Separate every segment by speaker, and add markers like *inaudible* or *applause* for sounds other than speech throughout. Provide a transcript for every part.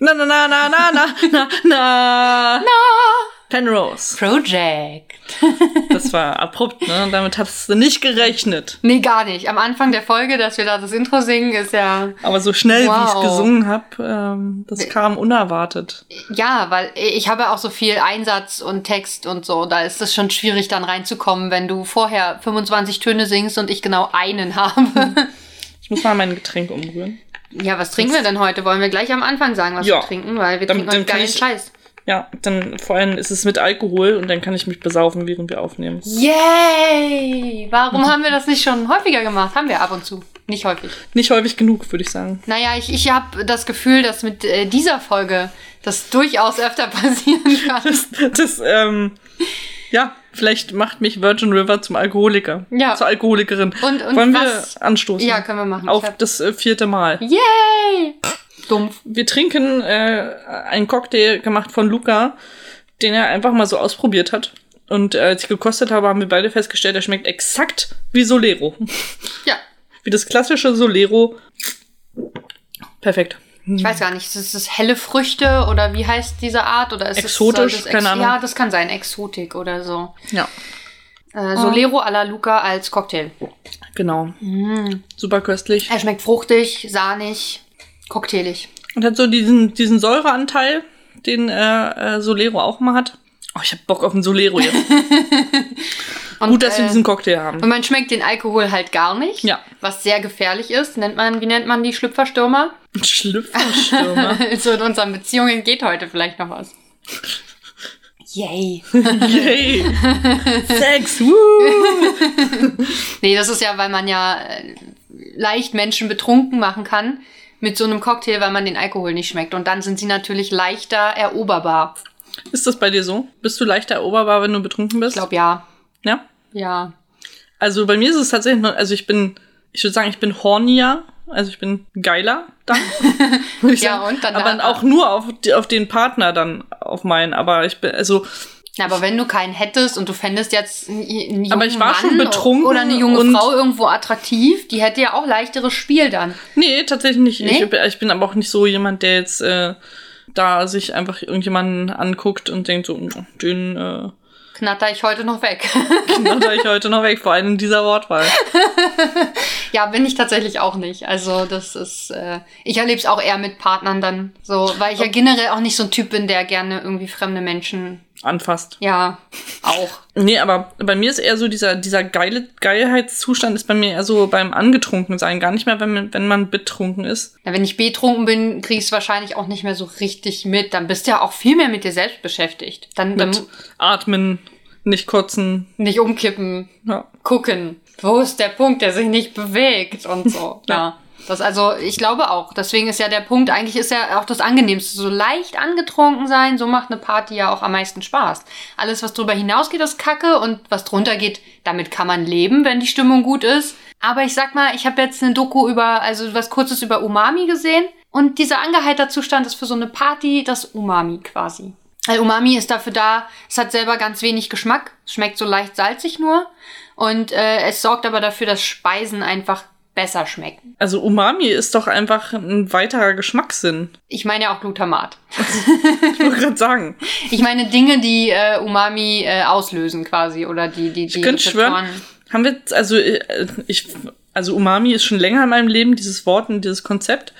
Speaker 1: Na, na, na, na, na, na, *laughs* na, na.
Speaker 2: No.
Speaker 1: Penrose.
Speaker 2: Project.
Speaker 1: Das war abrupt, ne? Damit hast du nicht gerechnet.
Speaker 2: Nee, gar nicht. Am Anfang der Folge, dass wir da das Intro singen, ist ja.
Speaker 1: Aber so schnell, wie
Speaker 2: Wow.
Speaker 1: ich gesungen habe, ähm, das kam unerwartet.
Speaker 2: Ja, weil ich habe auch so viel Einsatz und Text und so. Da ist es schon schwierig, dann reinzukommen, wenn du vorher 25 Töne singst und ich genau einen *laughs* habe.
Speaker 1: Ich muss mal mein Getränk umrühren.
Speaker 2: Ja, was trinken wir denn heute? Wollen wir gleich am Anfang sagen, was
Speaker 1: Ja.
Speaker 2: wir trinken? Weil wir
Speaker 1: Damit-
Speaker 2: trinken heute
Speaker 1: damit kann
Speaker 2: geilen
Speaker 1: ich-
Speaker 2: Scheiß.
Speaker 1: Ja, dann vor allem ist es mit Alkohol und dann kann ich mich besaufen, während wir aufnehmen.
Speaker 2: Yay! Warum haben wir das nicht schon häufiger gemacht? Haben wir ab und zu. Nicht häufig.
Speaker 1: Nicht häufig genug, würde ich sagen.
Speaker 2: Naja, ich, ich habe das Gefühl, dass mit äh, dieser Folge das durchaus öfter *laughs* passieren kann.
Speaker 1: Das, das ähm, ja, vielleicht macht mich Virgin River zum Alkoholiker.
Speaker 2: Ja.
Speaker 1: Zur Alkoholikerin.
Speaker 2: Und- und
Speaker 1: Wollen
Speaker 2: was-
Speaker 1: wir anstoßen?
Speaker 2: Ja, können wir machen.
Speaker 1: Auf
Speaker 2: Ich hab-
Speaker 1: das äh, vierte Mal.
Speaker 2: Yay! Dumpf.
Speaker 1: Wir trinken äh, einen Cocktail gemacht von Luca, den er einfach mal so ausprobiert hat. Und äh, als ich gekostet habe, haben wir beide festgestellt, er schmeckt exakt wie Solero. *laughs*
Speaker 2: Ja,
Speaker 1: Wie das klassische Solero. Perfekt.
Speaker 2: ich weiß gar nicht, ist es helle Früchte oder wie heißt diese Art? Oder ist es-
Speaker 1: Exotisch?
Speaker 2: soll das Ex-
Speaker 1: Keine Ahnung.
Speaker 2: Ja, das kann sein, Exotik oder so.
Speaker 1: Ja,
Speaker 2: Äh,
Speaker 1: Oh.
Speaker 2: Solero à la Luca als Cocktail.
Speaker 1: genau.
Speaker 2: Mm.
Speaker 1: Super köstlich.
Speaker 2: Er schmeckt fruchtig, sahnig, cocktailig.
Speaker 1: Und hat so diesen, diesen Säureanteil, den äh, äh, Solero auch mal hat. Oh, ich hab Bock auf einen Solero jetzt.
Speaker 2: *laughs* Und,
Speaker 1: Gut, dass wir
Speaker 2: äh,
Speaker 1: diesen Cocktail haben.
Speaker 2: und man schmeckt den Alkohol halt gar nicht,
Speaker 1: Ja.
Speaker 2: was sehr gefährlich ist. Nennt man, wie nennt man die Schlüpferstürmer? *laughs*
Speaker 1: Schlüpferstürmer.
Speaker 2: Also in unseren Beziehungen geht heute vielleicht noch was. Yay. *laughs*
Speaker 1: Yay. Sex. Woo.
Speaker 2: Nee, das ist ja, weil man ja äh, leicht Menschen betrunken machen kann mit so einem Cocktail, weil man den Alkohol nicht schmeckt. Und dann sind sie natürlich leichter eroberbar.
Speaker 1: Ist das bei dir so? Bist du leichter eroberbar, wenn du betrunken bist?
Speaker 2: Ich glaube, ja.
Speaker 1: Ja.
Speaker 2: Ja.
Speaker 1: Also bei mir ist es tatsächlich noch, also ich bin, ich würde sagen, ich bin hornier, also ich bin geiler
Speaker 2: *laughs*
Speaker 1: dann. würde ich
Speaker 2: Ja,
Speaker 1: sagen.
Speaker 2: und dann-
Speaker 1: aber dann auch nur auf, die- auf den Partner dann, auf meinen. Aber ich bin, also,
Speaker 2: Na, Aber wenn du keinen hättest und du fändest jetzt einen, einen jungen
Speaker 1: Aber ich war
Speaker 2: Mann
Speaker 1: schon betrunken
Speaker 2: oder eine junge
Speaker 1: und-
Speaker 2: Frau irgendwo attraktiv, die hätte ja auch leichteres Spiel dann.
Speaker 1: nee, tatsächlich nicht.
Speaker 2: Nee?
Speaker 1: Ich, bin- ich bin aber auch nicht so jemand, der jetzt äh, da sich einfach irgendjemanden anguckt und denkt so, "Mm, den äh, *laughs*
Speaker 2: Knatter ich heute noch weg. *laughs*
Speaker 1: knatter ich heute noch weg, vor allem in dieser Wortwahl.
Speaker 2: ja, bin ich tatsächlich auch nicht. Also das ist, äh, ich erlebe es auch eher mit Partnern dann so, weil
Speaker 1: Oh.
Speaker 2: ich ja generell auch nicht so ein Typ bin, der gerne irgendwie fremde Menschen,
Speaker 1: Anfasst.
Speaker 2: ja, auch.
Speaker 1: Nee, aber bei mir ist eher so dieser, dieser geile Geilheitszustand ist bei mir eher so beim Angetrunkensein. Gar nicht mehr, wenn man, wenn man betrunken ist.
Speaker 2: Na, wenn ich betrunken bin, kriegst du wahrscheinlich auch nicht mehr so richtig mit. Dann bist du ja auch viel mehr mit dir selbst beschäftigt. Dann, dann
Speaker 1: Mit Atmen, nicht kotzen.
Speaker 2: nicht umkippen,
Speaker 1: Ja.
Speaker 2: gucken, wo ist der Punkt, der sich nicht bewegt und so. ja. Das also, ich glaube auch. Deswegen ist ja der Punkt, eigentlich ist ja auch das Angenehmste. So leicht angetrunken sein, so macht eine Party ja auch am meisten Spaß. Alles, was drüber hinausgeht, ist Kacke und was drunter geht, damit kann man leben, wenn die Stimmung gut ist. Aber ich sag mal, ich habe jetzt eine Doku über, also was kurzes über Umami gesehen. Und dieser Angeheiterzustand ist für so eine Party das Umami quasi. Weil Äh, Umami ist dafür da, es hat selber ganz wenig Geschmack, es schmeckt so leicht salzig nur. Und äh, es sorgt aber dafür, dass Speisen einfach besser schmecken.
Speaker 1: Also Umami ist doch einfach ein weiterer Geschmackssinn. *laughs*
Speaker 2: Ich meine ja auch Glutamat.
Speaker 1: Ich wollte gerade sagen.
Speaker 2: Ich meine Dinge, die äh, Umami äh, auslösen quasi oder die die die
Speaker 1: Ich könnte schwören,
Speaker 2: Rezeptoren-
Speaker 1: haben wir, jetzt- also äh, ich, also Umami ist schon länger in meinem Leben, dieses Wort und dieses Konzept.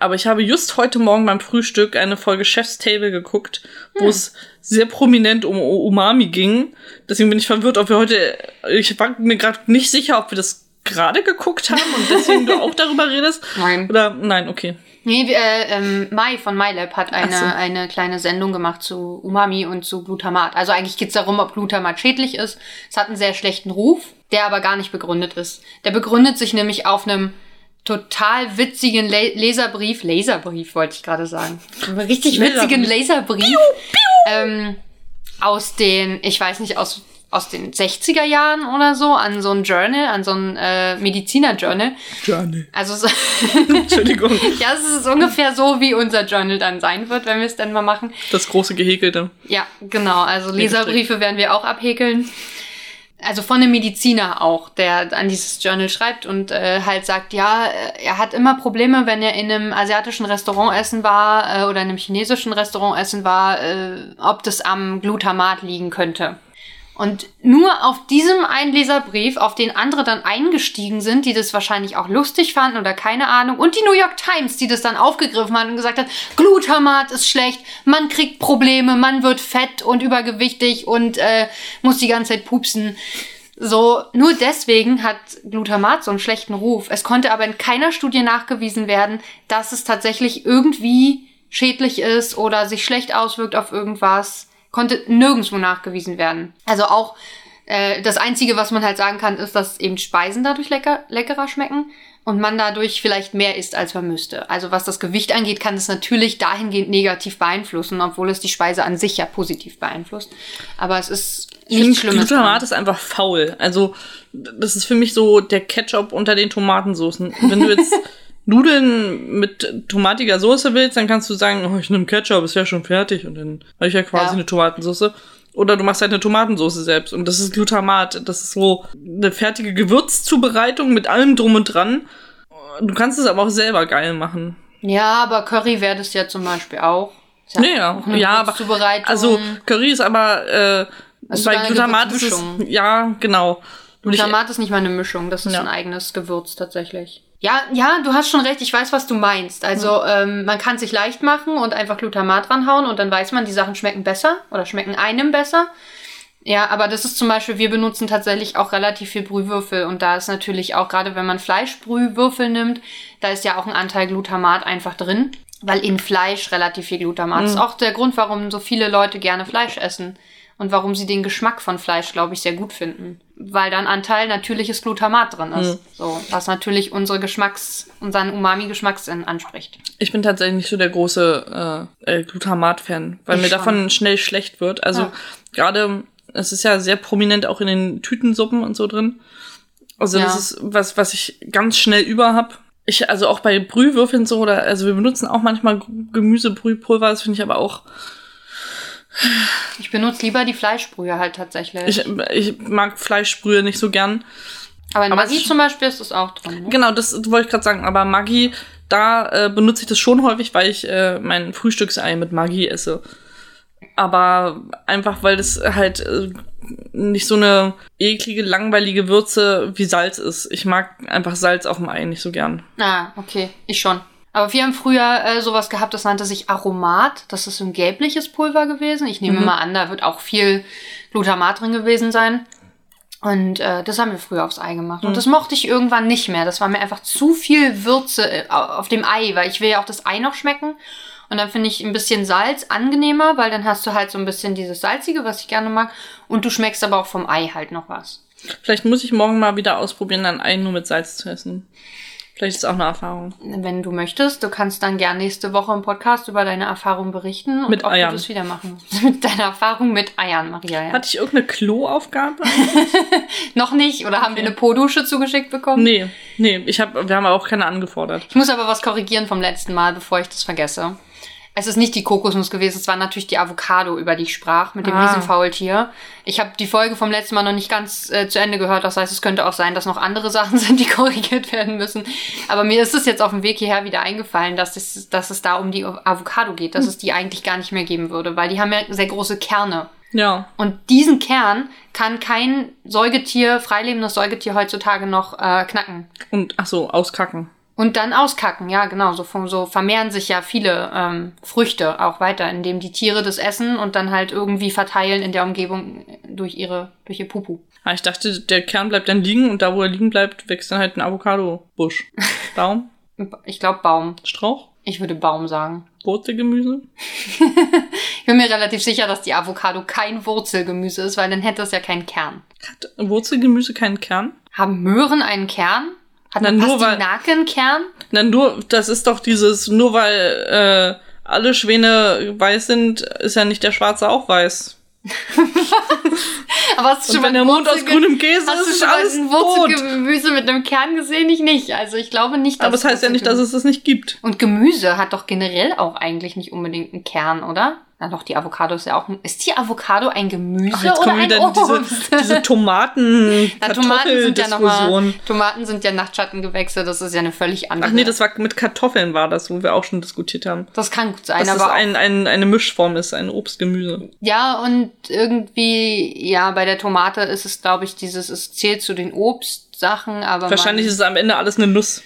Speaker 1: Aber ich habe just heute Morgen beim Frühstück eine Folge Chef's Table geguckt, wo es sehr prominent um U- Umami ging. Deswegen bin ich verwirrt, ob wir heute, ich war mir gerade nicht sicher, ob wir das gerade geguckt haben und deswegen du auch darüber redest.
Speaker 2: Nein.
Speaker 1: Oder, nein, okay.
Speaker 2: Nee, wir, äh, ähm, Mai von MyLab hat eine,
Speaker 1: so.
Speaker 2: eine kleine Sendung gemacht zu Umami und zu Glutamat. Also eigentlich geht's darum, ob Glutamat schädlich ist. Es hat einen sehr schlechten Ruf, der aber gar nicht begründet ist. Der begründet sich nämlich auf einem total witzigen Le Leserbrief. Leserbrief wollte ich gerade sagen. Einem Richtig
Speaker 1: Leserbrief.
Speaker 2: witzigen Leserbrief. Ähm, aus den, ich weiß nicht, aus, aus den 60er Jahren oder so, an so ein Journal, an so ein äh, Mediziner-Journal.
Speaker 1: Journey.
Speaker 2: Also *laughs* so
Speaker 1: Entschuldigung,
Speaker 2: *laughs* ja, es ist ungefähr so, wie unser Journal dann sein wird, wenn wir es dann mal machen.
Speaker 1: das große Gehäkelte.
Speaker 2: Ja, genau. Also Leserbriefe werden wir auch abhäkeln. also von einem Mediziner auch, der an dieses Journal schreibt und äh, halt sagt, ja, äh, er hat immer Probleme, wenn er in einem asiatischen Restaurant essen war äh, oder in einem chinesischen Restaurant essen war, äh, ob das am Glutamat liegen könnte. Und nur auf diesem einen Leserbrief, auf den andere dann eingestiegen sind, die das wahrscheinlich auch lustig fanden oder keine Ahnung, und die New York Times, die das dann aufgegriffen hat und gesagt hat, Glutamat ist schlecht, man kriegt Probleme, man wird fett und übergewichtig und äh, muss die ganze Zeit pupsen. So, nur deswegen hat Glutamat so einen schlechten Ruf. Es konnte aber in keiner Studie nachgewiesen werden, dass es tatsächlich irgendwie schädlich ist oder sich schlecht auswirkt auf irgendwas konnte nirgendwo nachgewiesen werden. Also auch äh, das Einzige, was man halt sagen kann, ist, dass eben Speisen dadurch lecker, leckerer schmecken und man dadurch vielleicht mehr isst, als man müsste. Also was das Gewicht angeht, kann es natürlich dahingehend negativ beeinflussen, obwohl es die Speise an sich ja positiv beeinflusst. Aber es ist nichts Schlimmes.
Speaker 1: Glutamat ist einfach faul. Also das ist für mich so der Ketchup unter den
Speaker 2: *laughs*
Speaker 1: Tomatensoßen. Wenn du jetzt Nudeln mit tomatiger Soße willst, dann kannst du sagen, oh, ich nehme Ketchup, ist ja schon fertig und dann habe ich ja quasi
Speaker 2: Ja.
Speaker 1: eine Tomatensoße. Oder du machst halt eine Tomatensoße selbst und das ist Glutamat. Das ist so eine fertige Gewürzzubereitung mit allem drum und dran. Du kannst es aber auch selber geil machen.
Speaker 2: Ja, aber Curry wäre das ja zum Beispiel auch. Ist
Speaker 1: Ja, ja,
Speaker 2: auch eine
Speaker 1: ja aber
Speaker 2: Zubereitung.
Speaker 1: also Curry ist aber äh,
Speaker 2: Also
Speaker 1: bei
Speaker 2: deine
Speaker 1: Glutamat ist es,
Speaker 2: Gewürzmischung.
Speaker 1: ja genau. Und ich-
Speaker 2: Glutamat ist nicht mal eine Mischung, das ist
Speaker 1: Ja.
Speaker 2: ein eigenes Gewürz tatsächlich. Ja, ja, du hast schon recht, ich weiß, was du meinst. Also
Speaker 1: Mhm.
Speaker 2: ähm, man kann sich leicht machen und einfach Glutamat ranhauen und dann weiß man, die Sachen schmecken besser oder schmecken einem besser. Ja, aber das ist zum Beispiel, wir benutzen tatsächlich auch relativ viel Brühwürfel und da ist natürlich auch, gerade wenn man Fleischbrühwürfel nimmt, da ist ja auch ein Anteil Glutamat einfach drin, weil in Fleisch relativ viel Glutamat
Speaker 1: Mhm.
Speaker 2: ist. Auch der Grund, warum so viele Leute gerne Fleisch essen und warum sie den Geschmack von Fleisch, glaube ich, sehr gut finden. Weil da ein Anteil natürliches Glutamat drin ist.
Speaker 1: Mhm.
Speaker 2: So, was natürlich unsere Geschmacks, unseren Umami-Geschmackssinn anspricht.
Speaker 1: Ich bin tatsächlich nicht so der große äh, äh, Glutamat-Fan, weil
Speaker 2: Ich
Speaker 1: mir
Speaker 2: schon.
Speaker 1: davon schnell schlecht wird. Also
Speaker 2: Ja.
Speaker 1: gerade, es ist ja sehr prominent auch in den Tütensuppen und so drin. Also das
Speaker 2: Ja.
Speaker 1: ist was, was ich ganz schnell über hab. Ich, also auch bei Brühwürfeln so, oder also wir benutzen auch manchmal Gemüsebrühpulver, das finde ich aber auch.
Speaker 2: Ich benutze lieber die Fleischbrühe halt tatsächlich.
Speaker 1: Ich, ich mag Fleischbrühe nicht so gern.
Speaker 2: aber in
Speaker 1: aber
Speaker 2: Maggi
Speaker 1: es-
Speaker 2: zum Beispiel ist es auch drin. Ne?
Speaker 1: Genau, das wollte ich gerade sagen. Aber Maggi, da äh, benutze ich das schon häufig, weil ich äh, mein Frühstücksei mit Maggi esse. Aber einfach, weil das halt äh, nicht so eine eklige, langweilige Würze wie Salz ist. Ich mag einfach Salz auf dem Ei nicht so gern.
Speaker 2: Ah, okay. Ich schon. Aber wir haben früher äh, sowas gehabt, das nannte sich Aromat. Das ist so ein gelbliches Pulver gewesen. Ich nehme mal an, da wird auch viel Glutamat drin gewesen sein. Und äh, das haben wir früher aufs Ei gemacht. Und das mochte ich irgendwann nicht mehr. Das war mir einfach zu viel Würze äh, auf dem Ei, weil ich will ja auch das Ei noch schmecken. Und dann finde ich ein bisschen Salz angenehmer, weil dann hast du halt so ein bisschen dieses Salzige, was ich gerne mag. Und du schmeckst aber auch vom Ei halt noch was.
Speaker 1: Vielleicht muss ich morgen mal wieder ausprobieren, ein Ei nur mit Salz zu essen. Vielleicht ist auch eine Erfahrung.
Speaker 2: Wenn du möchtest, du kannst dann gern nächste Woche im Podcast über deine Erfahrung berichten und
Speaker 1: Mit
Speaker 2: ob
Speaker 1: Eiern.
Speaker 2: du das wieder machen *laughs* willst. Mit deiner Erfahrung mit Eiern, Maria. Ja.
Speaker 1: Hatte ich irgendeine Kloaufgabe? *laughs*
Speaker 2: Noch nicht? Oder haben wir eine Po-Dusche zugeschickt bekommen?
Speaker 1: nee, nee, ich hab, wir haben auch keine angefordert.
Speaker 2: Ich muss aber was korrigieren vom letzten Mal, bevor ich das vergesse. Es ist nicht die Kokosnuss gewesen, es war natürlich die Avocado, über die ich sprach, mit dem
Speaker 1: Ah.
Speaker 2: Riesenfaultier. Ich habe die Folge vom letzten Mal noch nicht ganz äh, zu Ende gehört, das heißt, es könnte auch sein, dass noch andere *laughs* Sachen sind, die korrigiert werden müssen. Aber mir ist es jetzt auf dem Weg hierher wieder eingefallen, dass es, dass es da um die Avocado geht, dass es die eigentlich gar nicht mehr geben würde, weil die haben ja sehr große Kerne.
Speaker 1: Ja.
Speaker 2: Und diesen Kern kann kein Säugetier, freilebendes Säugetier heutzutage noch äh, knacken.
Speaker 1: Und, ach so, auskacken.
Speaker 2: Und dann auskacken, ja, genau. So, fun- so vermehren sich ja viele ähm, Früchte auch weiter, indem die Tiere das essen und dann halt irgendwie verteilen in der Umgebung durch ihre, durch ihr Pupu.
Speaker 1: Ah, ich dachte, der Kern bleibt dann liegen und da, wo er liegen bleibt, wächst dann halt ein
Speaker 2: *laughs*
Speaker 1: Avocado-Busch. Baum,
Speaker 2: Ich glaube Baum.
Speaker 1: Strauch,
Speaker 2: Ich würde Baum sagen.
Speaker 1: Wurzelgemüse.
Speaker 2: Ich bin mir relativ sicher, dass die Avocado kein Wurzelgemüse ist, weil dann hätte es ja keinen Kern.
Speaker 1: Hat Wurzelgemüse keinen Kern?
Speaker 2: Haben Möhren einen Kern? Hat
Speaker 1: Na,
Speaker 2: eine
Speaker 1: nur weil-
Speaker 2: Pastinake einen Kern?
Speaker 1: Na, nur, das ist doch dieses, nur weil äh, alle Schwäne weiß sind, ist ja nicht der Schwarze auch weiß.
Speaker 2: Aber hast du
Speaker 1: Und
Speaker 2: schon
Speaker 1: wenn
Speaker 2: mal
Speaker 1: der
Speaker 2: ein
Speaker 1: Mond aus
Speaker 2: Wurzelge-
Speaker 1: grünem Käse
Speaker 2: Hast
Speaker 1: ist,
Speaker 2: du
Speaker 1: ist
Speaker 2: schon mal
Speaker 1: alles
Speaker 2: ein
Speaker 1: rot.
Speaker 2: Wurzelgemüse mit einem Kern gesehen? Ich nicht. Also ich glaube nicht,
Speaker 1: Aber das heißt ja nicht, dass es das nicht gibt.
Speaker 2: Und Gemüse hat doch generell auch eigentlich nicht unbedingt einen Kern, oder? Na doch, die Avocado ist ja auch ein. Ist die Avocado ein Gemüse
Speaker 1: Ach, jetzt
Speaker 2: oder
Speaker 1: kommen
Speaker 2: ein
Speaker 1: wieder
Speaker 2: Obst?
Speaker 1: diese, *laughs* diese tomaten
Speaker 2: *laughs* Na, Tomaten sind ja nochmal.
Speaker 1: diskussion
Speaker 2: Tomaten sind ja Nachtschattengewächse, das ist ja eine völlig andere.
Speaker 1: Ach nee, das war mit Kartoffeln war das, wo wir auch schon diskutiert haben.
Speaker 2: das kann gut sein,
Speaker 1: Dass es
Speaker 2: aber
Speaker 1: ein, ein, eine Mischform ist, ein
Speaker 2: Oh
Speaker 1: Obst-Gemüse.
Speaker 2: Ja, und irgendwie, ja, bei der Tomate ist es, glaube ich, dieses, es zählt zu den Obstsachen, aber
Speaker 1: Wahrscheinlich
Speaker 2: *laughs*
Speaker 1: ist es am Ende alles eine Nuss.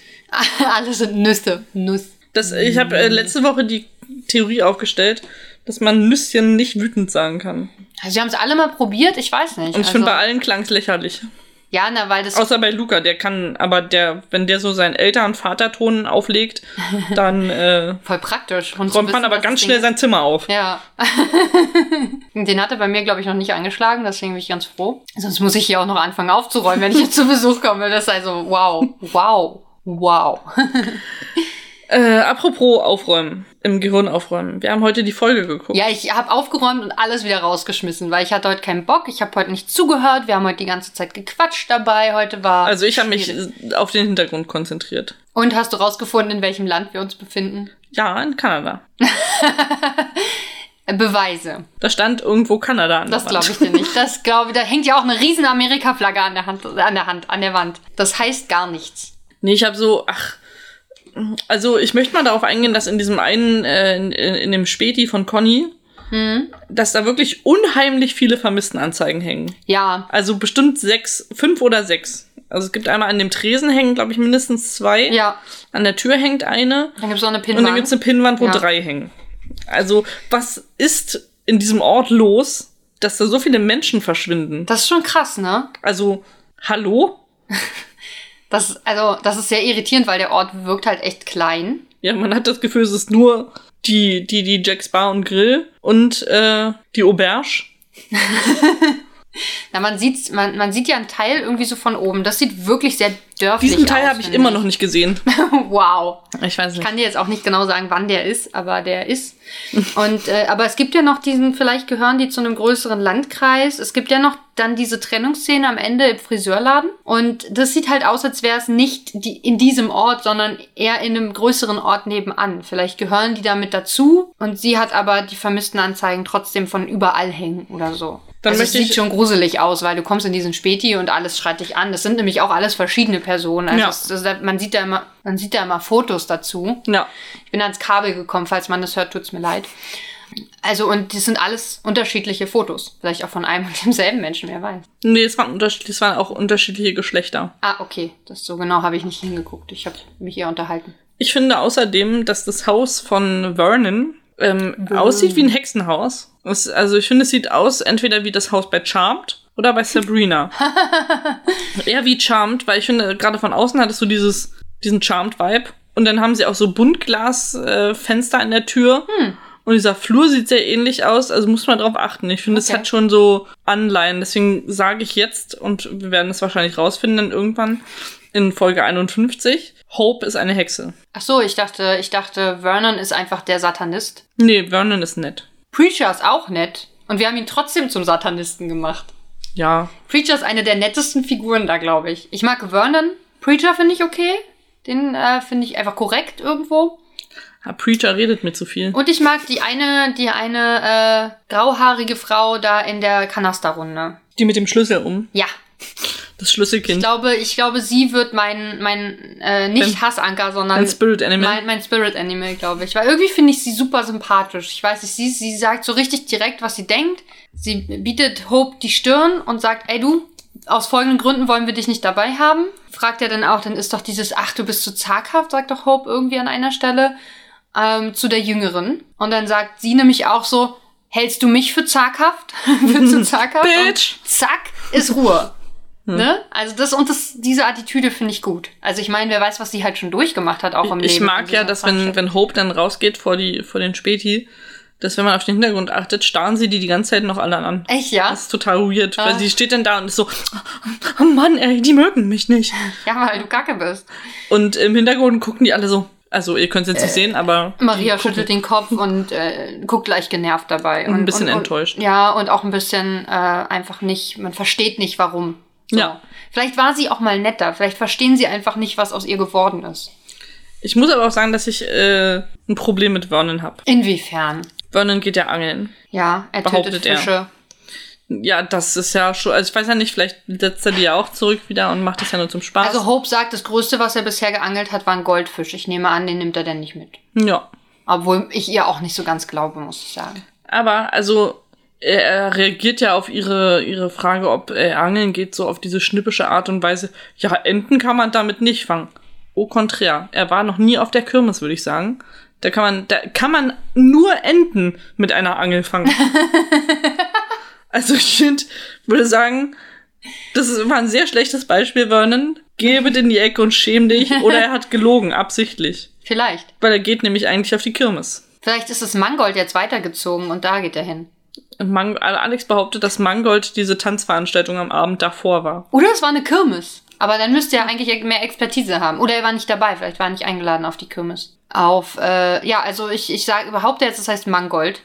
Speaker 2: man, alles sind Nüsse. Nuss.
Speaker 1: Das, ich habe äh, letzte Woche die Theorie aufgestellt, dass man Nüsschen nicht wütend sagen kann.
Speaker 2: Also, sie haben es alle mal probiert, ich weiß nicht.
Speaker 1: Und ich finde, bei
Speaker 2: also,
Speaker 1: allen klang es lächerlich.
Speaker 2: ja, na, weil das,
Speaker 1: Außer bei Luca, der kann, aber der, wenn der so seinen Eltern Vaterton
Speaker 2: *laughs*
Speaker 1: auflegt, dann äh,
Speaker 2: voll praktisch. Und zu
Speaker 1: räumt man
Speaker 2: wissen,
Speaker 1: aber
Speaker 2: was
Speaker 1: ganz
Speaker 2: das
Speaker 1: schnell
Speaker 2: Ding
Speaker 1: sein Zimmer auf. *laughs*
Speaker 2: Ja. Den hat er bei mir, glaube ich, noch nicht angeschlagen, deswegen bin ich ganz froh. Sonst muss ich hier auch noch anfangen aufzuräumen, wenn ich jetzt zu Besuch komme. Das ist also wow, wow, wow.
Speaker 1: Äh, apropos aufräumen, im Gehirn aufräumen. Wir haben heute die Folge geguckt.
Speaker 2: Ja, ich habe aufgeräumt und alles wieder rausgeschmissen, weil ich hatte heute keinen Bock, ich habe heute nicht zugehört, wir haben heute die ganze Zeit gequatscht dabei, heute war...
Speaker 1: Also ich habe mich
Speaker 2: schwierig.
Speaker 1: äh, auf den Hintergrund konzentriert.
Speaker 2: Und hast du rausgefunden, in welchem Land wir uns befinden?
Speaker 1: Ja, in Kanada.
Speaker 2: Äh, Beweise.
Speaker 1: Da stand irgendwo Kanada an. der
Speaker 2: Das
Speaker 1: Wand.
Speaker 2: glaube ich dir nicht. Das glaube da hängt ja auch eine riesen Amerika-Flagge an der Hand, an der Hand, an der Wand. Das heißt gar nichts.
Speaker 1: Nee, ich habe so, ach, also ich möchte mal darauf eingehen, dass in diesem einen, äh, in, in in dem Späti von Conny,
Speaker 2: Hm.
Speaker 1: dass da wirklich unheimlich viele Vermisstenanzeigen hängen.
Speaker 2: Ja,
Speaker 1: Also bestimmt sechs, fünf oder sechs. Also es gibt einmal an dem Tresen hängen, glaube ich, mindestens zwei.
Speaker 2: ja.
Speaker 1: An der Tür hängt eine.
Speaker 2: Dann gibt's noch eine
Speaker 1: Und dann
Speaker 2: Pinwand.
Speaker 1: gibt's eine Pinnwand, wo
Speaker 2: Ja.
Speaker 1: drei hängen. Also was ist in diesem Ort los, dass da so viele Menschen verschwinden?
Speaker 2: das ist schon krass, ne?
Speaker 1: Also, hallo?
Speaker 2: Das, also, das ist sehr irritierend, weil der Ort wirkt halt echt klein.
Speaker 1: Ja, man hat das Gefühl, es ist nur die, die, die Jacks Bar und Grill und äh, die Auberge.
Speaker 2: Na, man sieht's, man, man sieht ja einen Teil irgendwie so von oben. Das sieht wirklich sehr dörflich aus.
Speaker 1: Diesen Teil habe ich
Speaker 2: finde
Speaker 1: immer noch nicht gesehen.
Speaker 2: *laughs* Wow.
Speaker 1: Ich weiß
Speaker 2: Ich
Speaker 1: nicht.
Speaker 2: kann dir jetzt auch nicht genau sagen, wann der ist, aber der ist. Und äh, aber es gibt ja noch diesen, vielleicht gehören die zu einem größeren Landkreis. Es gibt ja noch dann diese Trennungsszene am Ende im Friseurladen. Und das sieht halt aus, als wäre es nicht die, in diesem Ort, sondern eher in einem größeren Ort nebenan. Vielleicht gehören die damit dazu. Und sie hat aber die vermissten Anzeigen trotzdem von überall hängen oder so.
Speaker 1: Dann
Speaker 2: also es
Speaker 1: möchte ich-
Speaker 2: sieht schon gruselig aus, weil du kommst in diesen Späti und alles schreit dich an. Das sind nämlich auch alles verschiedene Personen. Also
Speaker 1: Ja.
Speaker 2: es, es, man sieht da immer, man sieht da immer Fotos dazu.
Speaker 1: Ja.
Speaker 2: Ich bin ans Kabel gekommen, falls man das hört, tut's mir leid. Also, und das sind alles unterschiedliche Fotos. Vielleicht auch von einem und demselben Menschen, wer weiß.
Speaker 1: Nee, es waren, unterschied- es waren auch unterschiedliche Geschlechter.
Speaker 2: Ah, okay. Das so genau habe ich nicht hingeguckt. Ich habe mich eher unterhalten.
Speaker 1: Ich finde außerdem, dass das Haus von Vernon ähm, aussieht wie ein Hexenhaus. Es, also ich finde, es sieht aus entweder wie das Haus bei Charmed oder bei Sabrina. Eher wie Charmed, weil ich finde, gerade von außen hattest du dieses, diesen Charmed-Vibe. Und dann haben sie auch so Buntglas-Fenster an der Tür. Und dieser Flur sieht sehr ähnlich aus, also muss man drauf achten. Ich finde, es
Speaker 2: Okay.
Speaker 1: hat schon so Anleihen. Deswegen sage ich jetzt, und wir werden es wahrscheinlich rausfinden dann irgendwann in Folge 51, Hope ist eine Hexe.
Speaker 2: Ach so, ich dachte, ich dachte, Vernon ist einfach der Satanist.
Speaker 1: Nee, Vernon ist nett.
Speaker 2: Preacher ist auch nett. Und wir haben ihn trotzdem zum Satanisten gemacht.
Speaker 1: Ja.
Speaker 2: Preacher ist eine der nettesten Figuren da, glaube ich. Ich mag Vernon. Preacher finde ich okay. Den äh, finde ich einfach korrekt irgendwo.
Speaker 1: Ah, Preacher redet mir zu viel.
Speaker 2: Und ich mag die eine, die eine äh, grauhaarige Frau da in der Kanasterrunde.
Speaker 1: Die mit dem Schlüssel um.
Speaker 2: Ja,
Speaker 1: Das
Speaker 2: ich
Speaker 1: Schlüsselkind.
Speaker 2: glaube, ich glaube, sie wird mein mein äh, nicht
Speaker 1: Dein-
Speaker 2: Hassanker, sondern
Speaker 1: Ein Spirit Animal.
Speaker 2: mein, mein Spirit Animal, glaube ich. Weil irgendwie finde ich sie super sympathisch. Ich weiß nicht, sie sie sagt so richtig direkt, was sie denkt. Sie bietet Hope die Stirn und sagt, ey du. Aus folgenden Gründen wollen wir dich nicht dabei haben. Fragt er dann auch, dann ist doch dieses, ach, du bist zu zaghaft, sagt doch Hope irgendwie an einer Stelle. ähm, zu der Jüngeren. Und dann sagt sie nämlich auch so, hältst du mich für zaghaft? *laughs* für
Speaker 1: *laughs*
Speaker 2: zu zaghaft?
Speaker 1: Bitch!
Speaker 2: Und zack, ist Ruhe.
Speaker 1: Mhm.
Speaker 2: Ne? Also das und das, diese Attitüde finde ich gut. Also ich meine, wer weiß, was sie halt schon durchgemacht hat, auch im
Speaker 1: Ich
Speaker 2: Leben.
Speaker 1: mag ja, dass wenn, wenn Hope dann rausgeht vor, die, vor den Späti, dass wenn man auf den Hintergrund achtet, starren sie die die ganze Zeit noch alle an.
Speaker 2: Echt, ja?
Speaker 1: Das ist total weird,
Speaker 2: Ah.
Speaker 1: weil sie steht dann da und ist so, oh Mann, ey, die mögen mich nicht.
Speaker 2: Ja, weil du kacke bist.
Speaker 1: Und im Hintergrund gucken die alle so, also ihr könnt es jetzt nicht sehen, aber
Speaker 2: Äh, Maria schüttelt den Kopf und äh, guckt gleich genervt dabei. Und,
Speaker 1: ein bisschen
Speaker 2: und, und,
Speaker 1: enttäuscht.
Speaker 2: Ja, und auch ein bisschen äh, einfach nicht, man versteht nicht, warum. So.
Speaker 1: Ja.
Speaker 2: Vielleicht war sie auch mal netter. Vielleicht verstehen sie einfach nicht, was aus ihr geworden ist.
Speaker 1: Ich muss aber auch sagen, dass ich äh, ein Problem mit Vernon habe.
Speaker 2: Inwiefern?
Speaker 1: Vernon geht ja angeln.
Speaker 2: Ja, er tötet
Speaker 1: Behauptet er.
Speaker 2: Fische.
Speaker 1: Ja, das ist ja schon, also ich weiß ja nicht, vielleicht setzt er die ja auch zurück wieder und macht das ja nur zum Spaß.
Speaker 2: Also Hope sagt, das Größte, was er bisher geangelt hat, war ein Goldfisch. Ich nehme an, den nimmt er denn nicht mit.
Speaker 1: ja.
Speaker 2: Obwohl ich ihr auch nicht so ganz glaube, muss ich sagen.
Speaker 1: Aber, also, er, er reagiert ja auf ihre, ihre Frage, ob er angeln geht, so auf diese schnippische Art und Weise. Ja, Enten kann man damit nicht fangen. Au contraire. Er war noch nie auf der Kirmes, würde ich sagen. Da kann man, da kann man nur Enten mit einer Angel fangen. also, ich find, würde sagen, das ist- war ein sehr schlechtes Beispiel, Vernon. Geh bitte in die Ecke und schäm dich. Oder er hat gelogen, absichtlich.
Speaker 2: Vielleicht.
Speaker 1: Weil er geht nämlich eigentlich auf die Kirmes.
Speaker 2: Vielleicht ist es Mangold jetzt weitergezogen und da geht er hin.
Speaker 1: Mang also Alex behauptet, dass Mangold diese Tanzveranstaltung am Abend davor war.
Speaker 2: Oder es war eine Kirmes. Aber dann müsste er eigentlich e- mehr Expertise haben. Oder er war nicht dabei, vielleicht war er nicht eingeladen auf die Kirmes. Auf, äh, ja, also ich, ich sage überhaupt jetzt, es heißt Mangold.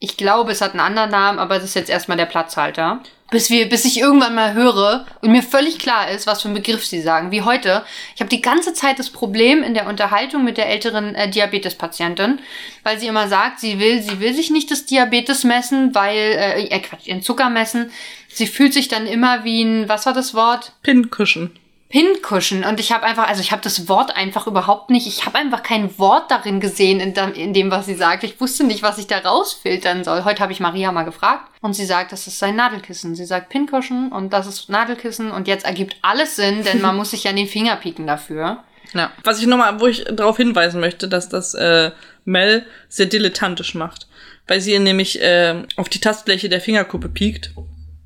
Speaker 2: Ich glaube, es hat einen anderen Namen, aber es ist jetzt erstmal der Platzhalter. Bis, wir, bis ich irgendwann mal höre und mir völlig klar ist, was für ein Begriff sie sagen. Wie heute. Ich habe die ganze Zeit das Problem in der Unterhaltung mit der älteren äh, Diabetespatientin, weil sie immer sagt, sie will, sie will sich nicht das Diabetes messen, weil, äh, äh, Quatsch, ihren Zucker messen. Sie fühlt sich dann immer wie ein, was war das Wort?
Speaker 1: Pincushion.
Speaker 2: Pincushion. Und ich habe einfach, also ich habe das Wort einfach überhaupt nicht, ich habe einfach kein Wort darin gesehen, in, dem- in dem, was sie sagt. Ich wusste nicht, was ich da rausfiltern soll. Heute habe ich Maria mal gefragt und sie sagt, das ist sein Nadelkissen. Sie sagt Pincushion und das ist Nadelkissen und jetzt ergibt alles Sinn, denn man muss sich ja in den Finger pieken dafür.
Speaker 1: Ja. Was ich nochmal, wo ich darauf hinweisen möchte, dass das äh, Mel sehr dilettantisch macht. Weil sie nämlich äh, auf die Tastfläche der Fingerkuppe piekt.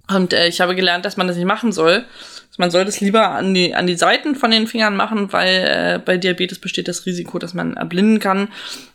Speaker 1: Und äh, ich habe gelernt, dass man das nicht machen soll. Man soll das lieber an die, an die Seiten von den Fingern machen, weil äh, bei Diabetes besteht das Risiko, dass man erblinden kann.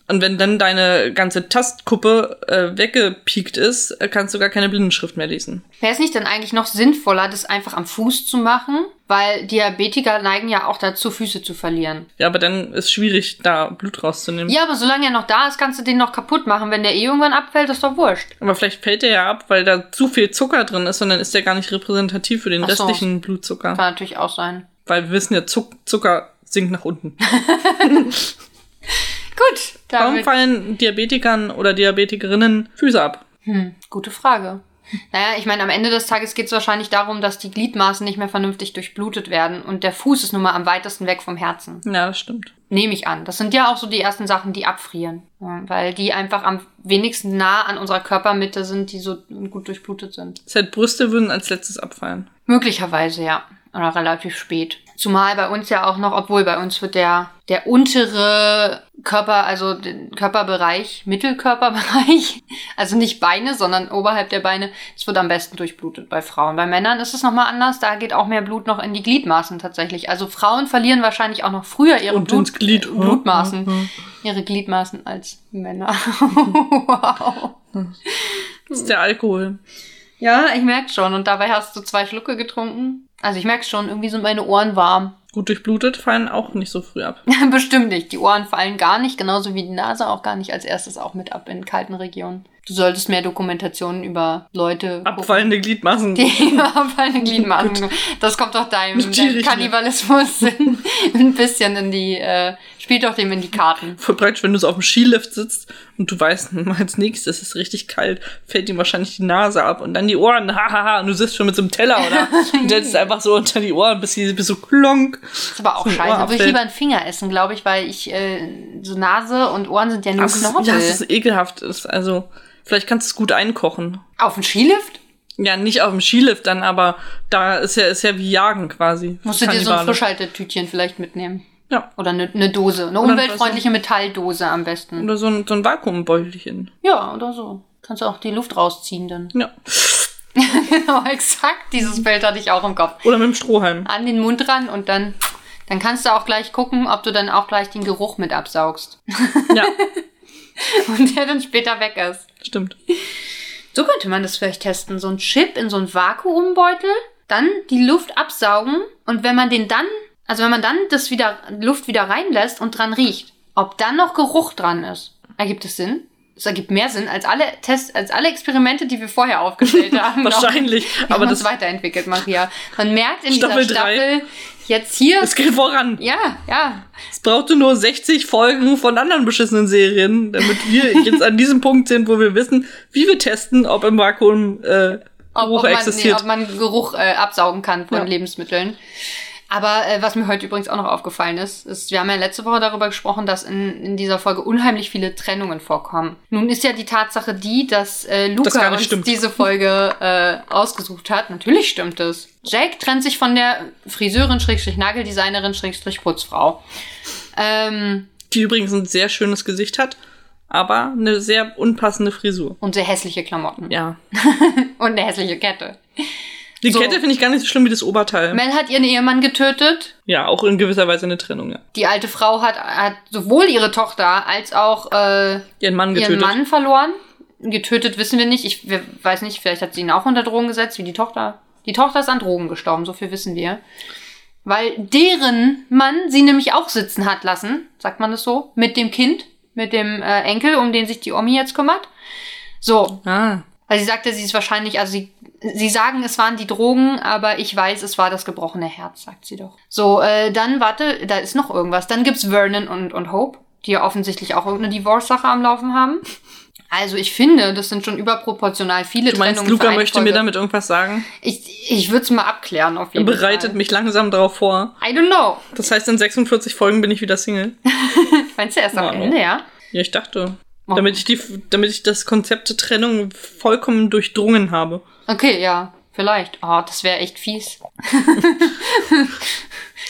Speaker 1: Und wenn dann deine ganze Tastkuppe äh, weggepiekt ist, äh, kannst du gar keine Blindenschrift mehr lesen.
Speaker 2: Wäre es nicht dann eigentlich noch sinnvoller, das einfach am Fuß zu machen? Weil Diabetiker neigen ja auch dazu, Füße zu verlieren.
Speaker 1: Ja, aber dann ist schwierig, da Blut rauszunehmen.
Speaker 2: Ja, aber solange er noch da ist, kannst du den noch kaputt machen. Wenn der eh irgendwann abfällt, ist doch wurscht.
Speaker 1: Aber vielleicht fällt der ja ab, weil da zu viel Zucker drin ist und dann ist der gar nicht repräsentativ für den
Speaker 2: Ach so.
Speaker 1: restlichen Blutzucker.
Speaker 2: Kann natürlich auch sein.
Speaker 1: Weil wir wissen ja, Zuck Zucker sinkt nach unten.
Speaker 2: Gut,
Speaker 1: Warum
Speaker 2: damit.
Speaker 1: fallen Diabetikern oder Diabetikerinnen Füße ab?
Speaker 2: Hm, gute Frage. Naja, ich meine, am Ende des Tages geht es wahrscheinlich darum, dass die Gliedmaßen nicht mehr vernünftig durchblutet werden und der Fuß ist nun mal am weitesten weg vom Herzen.
Speaker 1: Ja, das stimmt.
Speaker 2: Nehme ich an. Das sind ja auch so die ersten Sachen, die abfrieren. Ja, weil die einfach am wenigsten nah an unserer Körpermitte sind, die so gut durchblutet sind.
Speaker 1: Das heißt, Brüste würden als letztes abfallen.
Speaker 2: Möglicherweise, ja. Oder relativ spät. Zumal bei uns ja auch noch, obwohl bei uns wird der, der untere Körper, also den Körperbereich, Mittelkörperbereich, *laughs* also nicht Beine, sondern oberhalb der Beine, das wird am besten durchblutet bei Frauen. Bei Männern ist es nochmal anders, da geht auch mehr Blut noch in die Gliedmaßen tatsächlich. Also Frauen verlieren wahrscheinlich auch noch früher ihre
Speaker 1: Und ins Glied.
Speaker 2: äh, Blutmaßen, ihre Gliedmaßen als
Speaker 1: *laughs*
Speaker 2: Männer. *laughs* wow. Hm.
Speaker 1: Das ist der Alkohol.
Speaker 2: Ja, ich merke schon. Und dabei hast du zwei Schlucke getrunken. Also ich merke schon, irgendwie sind meine Ohren warm. *laughs*
Speaker 1: Gut durchblutet fallen auch nicht so früh ab.
Speaker 2: Bestimmt nicht. Die Ohren fallen gar nicht, genauso wie die Nase auch gar nicht als erstes auch mit ab in kalten Regionen. Du solltest mehr Dokumentationen über Leute
Speaker 1: Abfallende Gliedmaßen.
Speaker 2: die *laughs* abfallende Gliedmaßen. Das kommt doch deinem,
Speaker 1: Nicht die
Speaker 2: deinem
Speaker 1: Richtlinie.
Speaker 2: Kannibalismus *laughs* in, ein bisschen in die, äh, spielt doch dem in die Karten.
Speaker 1: Voll praktisch, wenn du so auf dem Skilift sitzt und du weißt, *laughs* hm, als nächstes ist es richtig kalt, fällt ihm wahrscheinlich die Nase ab und dann die Ohren, *laughs* hahaha, und du sitzt schon mit so einem Teller,
Speaker 2: *laughs*
Speaker 1: oder? Und setzt einfach so unter die Ohren, bis sie bis so klonk.
Speaker 2: Ist aber auch
Speaker 1: So ein
Speaker 2: scheiße. Da würde ich
Speaker 1: Ohrapfel.
Speaker 2: lieber einen Finger essen, glaube ich, weil ich, äh, so Nase und Ohren sind ja nur
Speaker 1: Das ist,
Speaker 2: Knorpel.
Speaker 1: ja, es ist ekelhaft. Das Ist, also, vielleicht kannst du es gut einkochen.
Speaker 2: Auf dem Skilift?
Speaker 1: Ja, nicht auf dem Skilift dann, aber da ist ja, ist ja wie Jagen quasi.
Speaker 2: Musst du dir so ein
Speaker 1: Kannibale.
Speaker 2: Frischhaltetütchen vielleicht mitnehmen.
Speaker 1: Ja.
Speaker 2: Oder eine ne Dose.
Speaker 1: Oder
Speaker 2: Eine
Speaker 1: ein Mhm.
Speaker 2: umweltfreundliche Metalldose am besten.
Speaker 1: Oder so ein, so ein Vakuumbeutelchen.
Speaker 2: Ja, oder so. Kannst du auch die Luft rausziehen dann. *laughs*
Speaker 1: Ja.
Speaker 2: genau, exakt.
Speaker 1: Mhm.
Speaker 2: Dieses Bild hatte ich auch im Kopf.
Speaker 1: Oder mit dem Strohhalm.
Speaker 2: An den Mund ran und dann, dann kannst du auch gleich gucken, ob du dann auch gleich den Geruch mit absaugst.
Speaker 1: Ja,
Speaker 2: *laughs* Und der dann später weg ist.
Speaker 1: stimmt.
Speaker 2: So könnte man das vielleicht testen. So ein Chip in so einen Vakuumbeutel, dann die Luft absaugen und wenn man den dann, also wenn man dann das wieder, Luft wieder reinlässt und dran riecht, ob dann noch Geruch dran ist. Ergibt es Sinn? es ergibt mehr Sinn als alle Tests, als alle Experimente, die wir
Speaker 1: *laughs*
Speaker 2: vorher aufgestellt haben.
Speaker 1: Wahrscheinlich.
Speaker 2: aber
Speaker 1: Aber
Speaker 2: das
Speaker 1: das
Speaker 2: weiterentwickelt, Maria. Man merkt in
Speaker 1: Staffel
Speaker 2: dieser
Speaker 1: drei.
Speaker 2: Staffel jetzt hier.
Speaker 1: es geht voran.
Speaker 2: Ja, ja.
Speaker 1: Es brauchte nur 60 Folgen von anderen beschissenen Serien, damit wir jetzt an diesem Punkt sind, wo wir wissen, wie wir testen, ob im Vakuum äh, Geruch
Speaker 2: Ob, ob, man, nee,
Speaker 1: existiert.
Speaker 2: ob man Geruch äh, absaugen kann von
Speaker 1: Ja.
Speaker 2: Lebensmitteln. Aber äh, was mir heute übrigens auch noch aufgefallen ist, ist, wir haben ja letzte Woche darüber gesprochen, dass in, in dieser Folge unheimlich viele Trennungen vorkommen. Nun ist ja die Tatsache die, dass äh,
Speaker 1: Das gar
Speaker 2: Luca
Speaker 1: nicht
Speaker 2: uns
Speaker 1: stimmt.
Speaker 2: diese Folge äh, ausgesucht hat. Natürlich stimmt es. Jake trennt sich von der Friseurin, Schrägstrich Nageldesignerin, Schrägstrich Putzfrau. Ähm,
Speaker 1: die übrigens ein sehr schönes Gesicht hat, aber eine sehr unpassende Frisur.
Speaker 2: und sehr hässliche Klamotten.
Speaker 1: Ja.
Speaker 2: Und eine hässliche Kette.
Speaker 1: Die
Speaker 2: So.
Speaker 1: Kette finde ich gar nicht so schlimm wie das Oberteil.
Speaker 2: Mel hat ihren Ehemann getötet.
Speaker 1: ja, auch in gewisser Weise eine Trennung. Ja.
Speaker 2: die alte Frau hat, hat sowohl ihre Tochter als auch äh,
Speaker 1: Ihren Mann
Speaker 2: ihren
Speaker 1: getötet.
Speaker 2: Mann verloren. Getötet wissen wir nicht. Ich wir, weiß nicht, vielleicht hat sie ihn auch unter Drogen gesetzt, wie die Tochter. Die Tochter ist an Drogen gestorben, so viel wissen wir. Weil deren Mann sie nämlich auch sitzen hat lassen, sagt man das so, mit dem Kind, mit dem äh, Enkel, um den sich die Omi jetzt kümmert. So,
Speaker 1: Ah.
Speaker 2: weil sie sagte, sie ist wahrscheinlich, also sie, sie sagen, es waren die Drogen, aber ich weiß, es war das gebrochene Herz, sagt sie doch. So, äh, dann warte, da ist noch irgendwas. Dann gibt's Vernon und, und Hope, die ja offensichtlich auch irgendeine Divorce-Sache am Laufen haben. Also ich finde, das sind schon überproportional viele
Speaker 1: Du meinst,
Speaker 2: Trennungen für
Speaker 1: Luca
Speaker 2: eine
Speaker 1: möchte
Speaker 2: Folge.
Speaker 1: mir damit irgendwas sagen?
Speaker 2: Ich, ich würde es mal abklären auf
Speaker 1: Er
Speaker 2: jeden
Speaker 1: bereitet
Speaker 2: Fall.
Speaker 1: mich langsam darauf vor.
Speaker 2: I don't know.
Speaker 1: Das heißt, in 46 Folgen bin ich wieder Single.
Speaker 2: Meinst du erst am
Speaker 1: Ahnung.
Speaker 2: Ende, ja?
Speaker 1: Ja, ich dachte.
Speaker 2: Oh.
Speaker 1: Damit ich, die, damit ich das Konzept der Trennung vollkommen durchdrungen habe.
Speaker 2: Okay, ja, vielleicht. Oh, das wäre echt fies.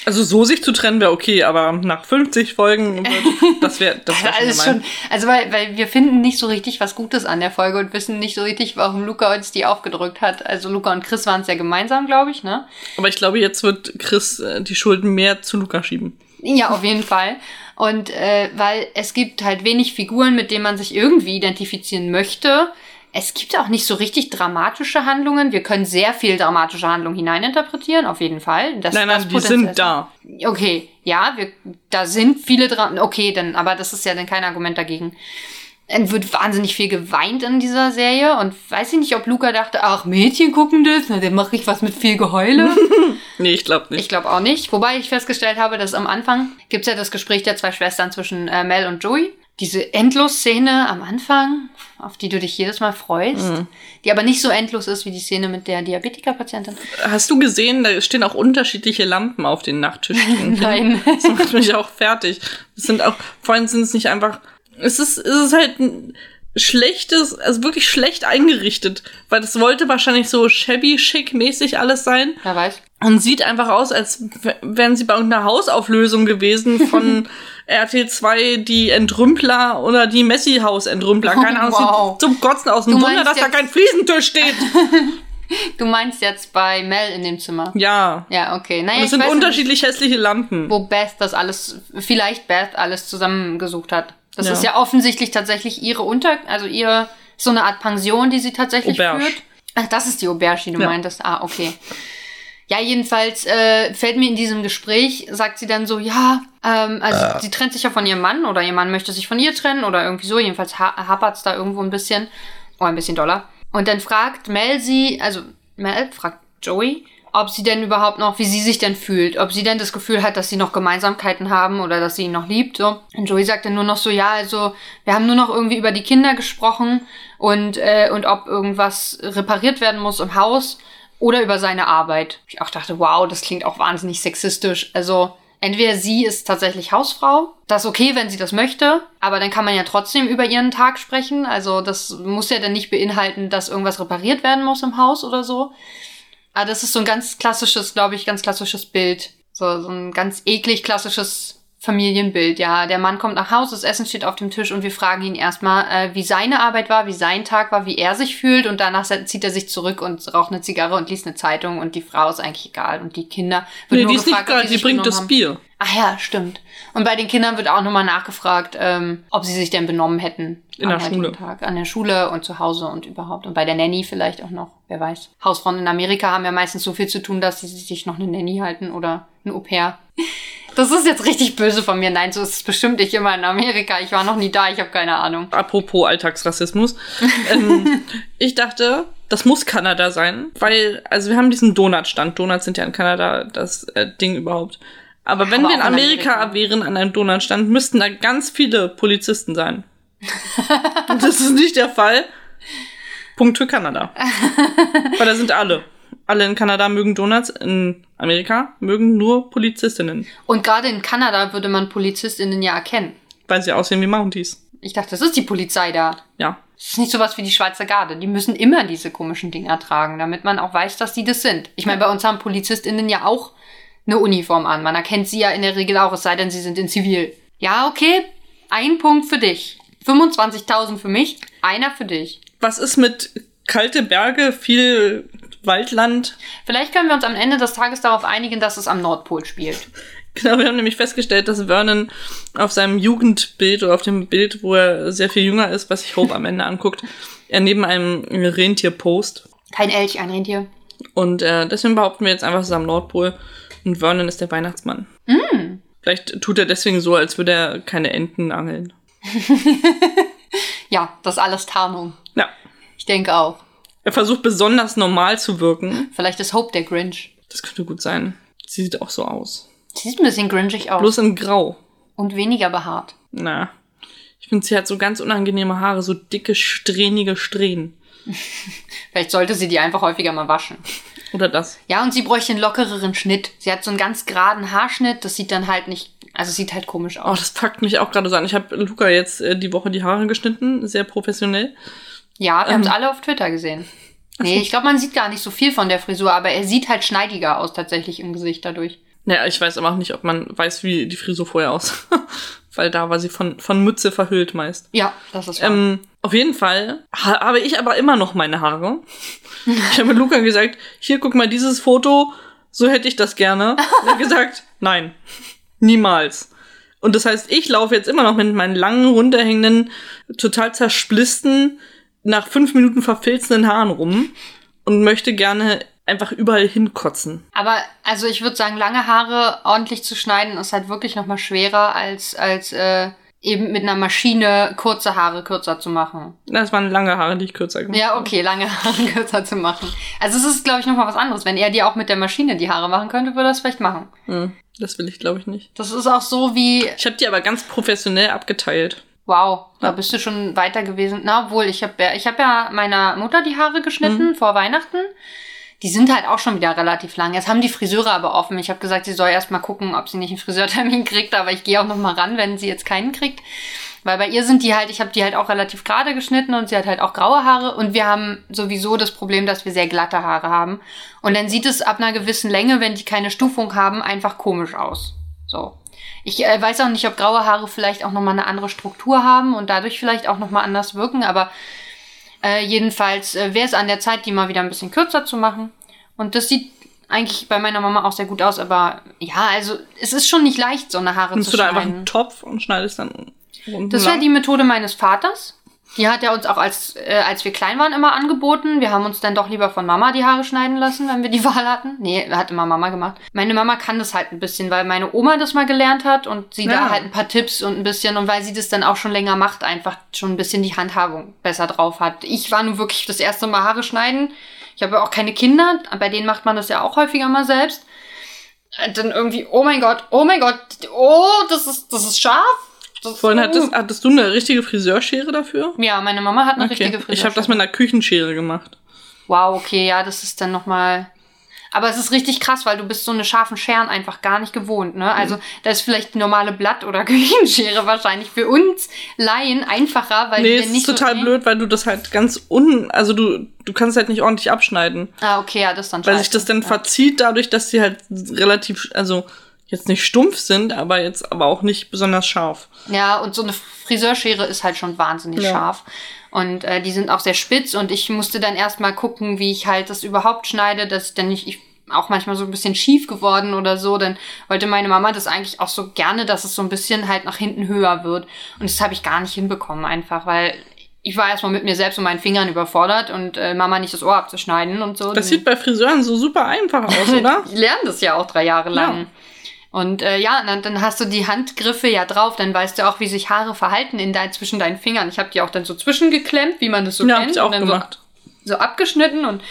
Speaker 1: Also so sich zu trennen wäre okay, aber nach 50 Folgen,
Speaker 2: *laughs*
Speaker 1: das wäre das wär schon,
Speaker 2: Also,
Speaker 1: gemein.
Speaker 2: schon, also weil, weil wir finden nicht so richtig was Gutes an der Folge und wissen nicht so richtig, warum Luca uns die aufgedrückt hat. Also Luca und Chris waren es ja gemeinsam, glaube ich, ne?
Speaker 1: Aber ich glaube, jetzt wird Chris äh, die Schulden mehr zu Luca schieben.
Speaker 2: Ja, auf jeden Fall. Und äh, weil es gibt halt wenig Figuren, mit denen man sich irgendwie identifizieren möchte. Es gibt auch nicht so richtig dramatische Handlungen. Wir können sehr viel dramatische Handlung hineininterpretieren, auf jeden Fall. Das,
Speaker 1: Nein,
Speaker 2: das
Speaker 1: nein, die
Speaker 2: Potenzial
Speaker 1: sind
Speaker 2: ist-
Speaker 1: da.
Speaker 2: Okay, ja, wir, da sind viele dran. Okay, dann, aber das ist ja dann kein Argument dagegen. Es wird wahnsinnig viel geweint in dieser Serie und weiß ich nicht, ob Luca dachte, ach, Mädchen gucken das, na, dann mache ich was mit viel Geheule.
Speaker 1: Nee, ich glaube nicht.
Speaker 2: ich glaube auch nicht. Wobei ich festgestellt habe, dass am Anfang gibt's ja das Gespräch der zwei Schwestern zwischen äh, Mel und Joey. Diese Endlos-Szene am Anfang, auf die du dich jedes Mal freust, die aber nicht so endlos ist wie die Szene mit der Diabetiker-Patientin.
Speaker 1: Hast du gesehen, da stehen auch unterschiedliche Lampen auf den Nachttischchen.
Speaker 2: *laughs* Nein.
Speaker 1: Das macht mich auch fertig. Es sind auch, vor allem sind es nicht einfach, es ist, es ist halt ein schlechtes, also wirklich schlecht eingerichtet, weil das wollte wahrscheinlich so shabby schick mäßig alles sein
Speaker 2: Wer weiß.
Speaker 1: und sieht einfach aus, als w- wären sie bei irgendeiner Hausauflösung gewesen
Speaker 2: *laughs*
Speaker 1: von RTL 2, die Entrümpler oder die Messi-Haus-Entrümpler. Keine Ahnung,
Speaker 2: Oh, Wow.
Speaker 1: wow. zum Kotzen aus. Ein
Speaker 2: Du
Speaker 1: Wunder,
Speaker 2: meinst
Speaker 1: dass da
Speaker 2: jetzt-
Speaker 1: kein Fliesentisch
Speaker 2: *laughs*
Speaker 1: steht.
Speaker 2: Du meinst jetzt bei Mel in dem Zimmer.
Speaker 1: ja.
Speaker 2: Ja, okay.
Speaker 1: Und
Speaker 2: Naja, ich
Speaker 1: es sind
Speaker 2: weiß nicht,
Speaker 1: unterschiedlich hässliche Lampen.
Speaker 2: wo Beth das alles, vielleicht Beth alles zusammengesucht hat. Das
Speaker 1: Ja.
Speaker 2: ist ja offensichtlich tatsächlich ihre Unter, also ihre, so eine Art Pension, die sie tatsächlich
Speaker 1: Auberge.
Speaker 2: führt. Ach, das ist die Auberge, die du
Speaker 1: Ja.
Speaker 2: meintest. Ah, okay. Ja, jedenfalls äh, fällt mir in diesem Gespräch, sagt sie dann so, ja, ähm, also sie trennt sich ja von ihrem Mann oder ihr Mann möchte sich von ihr trennen oder irgendwie so. Jedenfalls ha hapert's da irgendwo ein bisschen. Oh, ein bisschen doller. Und dann fragt Mel sie, also Mel fragt Joey, ob sie denn überhaupt noch, wie sie sich denn fühlt, ob sie denn das Gefühl hat, dass sie noch Gemeinsamkeiten haben oder dass sie ihn noch liebt. So. Und Joey sagt dann nur noch so, ja, also wir haben nur noch irgendwie über die Kinder gesprochen und, äh, und ob irgendwas repariert werden muss im Haus oder über seine Arbeit. Ich auch dachte, wow, das klingt auch wahnsinnig sexistisch. Also entweder sie ist tatsächlich Hausfrau, das ist okay, wenn sie das möchte, aber dann kann man ja trotzdem über ihren Tag sprechen. Also das muss ja dann nicht beinhalten, dass irgendwas repariert werden muss im Haus oder so. Aber Ah, das ist so ein ganz klassisches, glaube ich, ganz klassisches Bild. So, so ein ganz eklig klassisches Familienbild, ja. Der Mann kommt nach Hause, das Essen steht auf dem Tisch und wir fragen ihn erstmal, äh, wie seine Arbeit war, wie sein Tag war, wie er sich fühlt und danach se- zieht er sich zurück und raucht eine Zigarre und liest eine Zeitung und die Frau ist eigentlich egal und die Kinder wird
Speaker 1: Nee,
Speaker 2: nur
Speaker 1: die ist nicht
Speaker 2: gefragt, ob
Speaker 1: gerade, die
Speaker 2: sich
Speaker 1: bringt
Speaker 2: genommen
Speaker 1: das
Speaker 2: haben.
Speaker 1: Bier.
Speaker 2: Ach ja, stimmt. Und bei den Kindern wird auch nochmal nachgefragt, ähm, ob sie sich denn benommen hätten.
Speaker 1: In der
Speaker 2: am heutigen
Speaker 1: Schule.
Speaker 2: Tag. An der Schule und zu Hause und überhaupt. Und bei der Nanny vielleicht auch noch, wer weiß. Hausfrauen in Amerika haben ja meistens so viel zu tun, dass sie sich noch eine Nanny halten oder ein Au-pair. *laughs* Das ist jetzt richtig böse von mir. Nein, so ist es bestimmt nicht immer in Amerika. Ich war noch nie da, ich habe keine Ahnung.
Speaker 1: Apropos
Speaker 2: *laughs*
Speaker 1: Alltagsrassismus. ähm, ich dachte, das muss Kanada sein, weil, also wir haben diesen Donutstand. Donuts sind ja in Kanada das äh, Ding überhaupt. Aber wenn
Speaker 2: Aber
Speaker 1: wir in
Speaker 2: auch in
Speaker 1: Amerika,
Speaker 2: Amerika.
Speaker 1: wären an einem Donutstand, müssten da ganz viele Polizisten
Speaker 2: *laughs*
Speaker 1: sein. Und das ist nicht der Fall. Punkt für Kanada. Weil da sind alle. Alle in Kanada mögen Donuts, in Amerika mögen nur Polizistinnen,
Speaker 2: Und gerade in Kanada würde man PolizistInnen ja erkennen.
Speaker 1: weil sie aussehen wie Mounties.
Speaker 2: Ich dachte, das ist die Polizei da.
Speaker 1: Ja,
Speaker 2: Das ist nicht sowas wie die Schweizer Garde. Die müssen immer diese komischen Dinger tragen, damit man auch weiß, dass die das sind. Ich meine, bei uns haben PolizistInnen ja auch eine Uniform an. Man erkennt sie ja in der Regel auch, es sei denn, sie sind in Zivil. Ja, okay. Ein Punkt für dich. 25.000 für mich, einer für dich.
Speaker 1: Was ist mit kalte Berge, viel Waldland?
Speaker 2: Vielleicht können wir uns am Ende des Tages darauf einigen, dass es am Nordpol spielt.
Speaker 1: Genau, wir haben nämlich festgestellt, dass Vernon auf seinem Jugendbild oder auf dem Bild, wo er sehr viel jünger ist, was sich Hope am Ende anguckt, er neben einem Rentier post.
Speaker 2: Kein Elch, ein Rentier.
Speaker 1: Und äh, deswegen behaupten wir jetzt einfach, es ist am Nordpol und Vernon ist der Weihnachtsmann. Mm. Vielleicht tut er deswegen so, als würde er keine Enten angeln.
Speaker 2: Ja, das ist alles Tarnung.
Speaker 1: Ja.
Speaker 2: Ich denke auch.
Speaker 1: Er versucht besonders normal zu wirken.
Speaker 2: Vielleicht ist Hope der Grinch.
Speaker 1: Das könnte gut sein. Sie sieht auch so aus.
Speaker 2: Sie sieht ein bisschen grinchig aus.
Speaker 1: Bloß in Grau.
Speaker 2: Und weniger behaart.
Speaker 1: Na, ich finde, sie hat so ganz unangenehme Haare, so dicke, strähnige Strähnen.
Speaker 2: Vielleicht sollte sie die einfach häufiger mal waschen.
Speaker 1: Oder das.
Speaker 2: Ja, und sie bräuchte einen lockereren Schnitt. Sie hat so einen ganz geraden Haarschnitt. Das sieht dann halt nicht, also sieht halt komisch
Speaker 1: Oh,
Speaker 2: aus.
Speaker 1: das packt mich auch gerade so an. Ich habe Luca jetzt äh, die Woche die Haare geschnitten, sehr professionell.
Speaker 2: Ja, wir haben es
Speaker 1: ähm.
Speaker 2: alle auf Twitter gesehen. Nee, ich glaube, man sieht gar nicht so viel von der Frisur, aber er sieht halt schneidiger aus tatsächlich im Gesicht dadurch.
Speaker 1: Naja, ich weiß aber auch nicht, ob man weiß, wie die Frisur vorher aussah. *laughs* Weil da war sie von, von Mütze verhüllt meist.
Speaker 2: Ja, das ist wahr.
Speaker 1: Ähm, auf jeden Fall ha habe ich aber immer noch meine Haare. Ich habe Luca gesagt, hier guck mal dieses Foto, so hätte ich das gerne. Und er hat gesagt, *laughs* nein, niemals. Und das heißt, ich laufe jetzt immer noch mit meinen langen, runterhängenden, total zersplisten, nach fünf Minuten verfilzenden Haaren rum und möchte gerne einfach überall hinkotzen.
Speaker 2: Aber also ich würde sagen, lange Haare ordentlich zu schneiden ist halt wirklich nochmal schwerer, als, als äh, eben mit einer Maschine kurze Haare kürzer zu machen.
Speaker 1: Das waren lange Haare, die ich kürzer gemacht
Speaker 2: Ja, okay, lange *laughs* Haare kürzer zu machen. Also es ist, glaube ich, nochmal was anderes. Wenn er dir auch mit der Maschine die Haare machen könnte, würde er es vielleicht machen.
Speaker 1: habe. Hm, Das will ich, glaube ich, nicht.
Speaker 2: Das ist auch so wie,
Speaker 1: Ich habe die aber ganz professionell abgeteilt.
Speaker 2: wow, da bist du schon weiter gewesen. Na, obwohl, ich habe ja, ich hab ja meiner Mutter die Haare geschnitten vor Weihnachten. Die sind halt auch schon wieder relativ lang. Jetzt haben die Friseure aber offen. Ich habe gesagt, sie soll erst mal gucken, ob sie nicht einen Friseurtermin *laughs* kriegt. Aber ich gehe auch noch mal ran, wenn sie jetzt keinen kriegt. Weil bei ihr sind die halt, ich habe die halt auch relativ gerade geschnitten und sie hat halt auch graue Haare. Und wir haben sowieso das Problem, dass wir sehr glatte Haare haben. Und dann sieht es ab einer gewissen Länge, wenn die keine Stufung haben, einfach komisch aus. So. Ich äh, weiß auch nicht, ob graue Haare vielleicht auch nochmal eine andere Struktur haben und dadurch vielleicht auch nochmal anders wirken, aber äh, jedenfalls äh, wäre es an der Zeit, die mal wieder ein bisschen kürzer zu machen. Und das sieht eigentlich bei meiner Mama auch sehr gut aus, aber ja, also es ist schon nicht leicht, so eine Haare
Speaker 1: Nimmst du
Speaker 2: zu
Speaker 1: da einfach
Speaker 2: schneiden.
Speaker 1: einen Topf und schneidest dann unten
Speaker 2: Das war
Speaker 1: lang?
Speaker 2: die Methode meines Vaters. Die hat er uns auch, als, äh, als wir klein waren, immer angeboten. Wir haben uns dann doch lieber von Mama die Haare schneiden lassen, wenn wir die *laughs* Wahl hatten. Nee, hat immer Mama gemacht. Meine Mama kann das halt ein bisschen, weil meine Oma das mal gelernt hat und sie
Speaker 1: Ja.
Speaker 2: da halt ein paar Tipps und ein bisschen und weil sie das dann auch schon länger macht, einfach schon ein bisschen die Handhabung besser drauf hat. Ich war nun wirklich das erste Mal Haare schneiden. Ich habe ja auch keine Kinder, bei denen macht man das ja auch häufiger mal selbst. Äh, Dann irgendwie, oh mein Gott, oh mein Gott, oh, das ist, das ist scharf. Das-
Speaker 1: Vorhin
Speaker 2: uh.
Speaker 1: hattest, hattest du eine richtige Friseurschere dafür?
Speaker 2: Ja, meine Mama hat eine richtige Frisur.
Speaker 1: Ich habe das mit einer Küchenschere gemacht.
Speaker 2: Wow, okay, ja, das ist dann nochmal. Aber es ist richtig krass, weil du bist so eine scharfen Scheren einfach gar nicht gewohnt, ne? Also,
Speaker 1: Mhm.
Speaker 2: da ist vielleicht die normale Blatt- oder *laughs* Küchenschere wahrscheinlich für uns Laien einfacher, weil
Speaker 1: nee,
Speaker 2: wir
Speaker 1: es
Speaker 2: nicht
Speaker 1: ist total
Speaker 2: so
Speaker 1: blöd, weil du das halt ganz un... Also du, du kannst halt nicht ordentlich abschneiden.
Speaker 2: Ah, okay, ja, das ist dann
Speaker 1: Weil
Speaker 2: scheiße.
Speaker 1: sich das dann verzieht dadurch, dass sie halt relativ... Also jetzt nicht stumpf sind, aber jetzt aber auch nicht besonders scharf.
Speaker 2: Ja, und so eine Friseurschere ist halt schon wahnsinnig
Speaker 1: Ja.
Speaker 2: scharf. Und äh, die sind auch sehr spitz und ich musste dann erstmal gucken, wie ich halt das überhaupt schneide, dass ich dann nicht, ich auch manchmal so ein bisschen schief geworden oder so, dann wollte meine Mama das eigentlich auch so gerne, dass es so ein bisschen halt nach hinten höher wird. Und das habe ich gar nicht hinbekommen einfach, weil ich war erstmal mit mir selbst und meinen Fingern überfordert und äh, Mama nicht das Ohr abzuschneiden und so.
Speaker 1: Das sieht bei Friseuren so ne? super einfach
Speaker 2: *laughs*
Speaker 1: aus, oder?
Speaker 2: Die lernen das ja auch drei Jahre lang. Und äh, ja, dann, dann hast du die Handgriffe ja drauf, dann weißt du auch, wie sich Haare verhalten in dein, zwischen deinen Fingern. Ich habe die auch dann so zwischengeklemmt, wie man das so
Speaker 1: Ja, hab
Speaker 2: kennt.
Speaker 1: ich auch
Speaker 2: und dann
Speaker 1: gemacht.
Speaker 2: So, so abgeschnitten und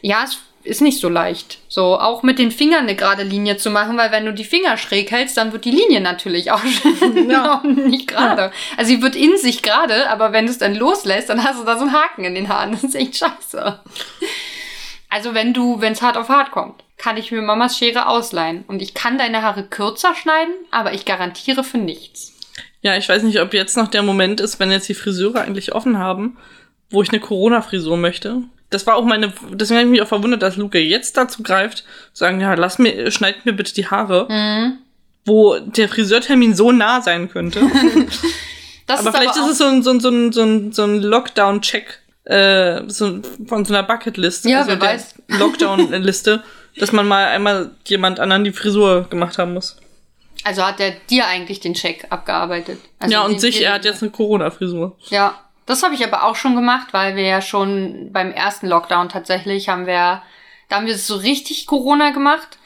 Speaker 2: ja, es ist nicht so leicht. So, auch mit den Fingern eine gerade Linie zu machen, weil wenn du die Finger schräg hältst, dann wird die Linie natürlich auch *laughs*
Speaker 1: Ja.
Speaker 2: genau nicht gerade. Also sie wird in sich gerade, aber wenn du es dann loslässt, dann hast du da so einen Haken in den Haaren. Das ist echt scheiße. Also wenn du, wenn es hart auf hart kommt, kann ich mir Mamas Schere ausleihen. Und ich kann deine Haare kürzer schneiden, aber ich garantiere für nichts.
Speaker 1: Ja, ich weiß nicht, ob jetzt noch der Moment ist, wenn jetzt die Friseure eigentlich offen haben, wo ich eine Corona-Frisur möchte. Das war auch meine, deswegen habe ich mich auch verwundert, dass Luke jetzt dazu greift, zu sagen, ja, lass mir, schneid mir bitte die Haare,
Speaker 2: Mhm.
Speaker 1: wo der Friseurtermin so nah sein
Speaker 2: *laughs*
Speaker 1: könnte.
Speaker 2: Das
Speaker 1: aber vielleicht
Speaker 2: auch-
Speaker 1: ist es so ein, so ein, so ein, so ein, so ein Lockdown-Check äh, so, von so einer Bucketlist,
Speaker 2: Ja,
Speaker 1: also
Speaker 2: wer
Speaker 1: der
Speaker 2: weiß. *laughs*
Speaker 1: Lockdown-Liste, dass man mal einmal jemand anderen die Frisur gemacht haben muss.
Speaker 2: also hat er dir eigentlich den Check abgearbeitet. Also
Speaker 1: ja, und
Speaker 2: den-
Speaker 1: sich,
Speaker 2: den-
Speaker 1: er hat jetzt eine Corona-Frisur.
Speaker 2: Ja, das habe ich aber auch schon gemacht, weil wir ja schon beim ersten Lockdown tatsächlich haben wir, da haben wir so richtig Corona gemacht,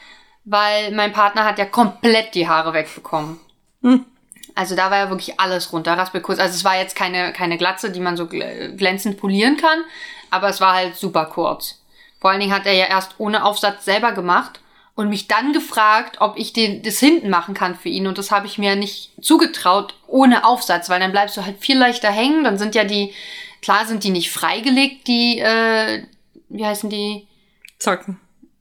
Speaker 2: weil mein Partner hat ja komplett die Haare wegbekommen. Also da war ja wirklich alles runter, Raspelkurs. Also es war jetzt keine, keine Glatze, die man so gl- glänzend polieren kann, aber es war halt super kurz. Vor allen Dingen hat er ja erst ohne Aufsatz selber gemacht und mich dann gefragt, ob ich den, das hinten machen kann für ihn. Und das habe ich mir nicht zugetraut ohne Aufsatz, weil dann bleibst du halt viel leichter hängen. Dann sind ja die, klar sind die nicht freigelegt, die, äh, wie heißen die?
Speaker 1: Zacken.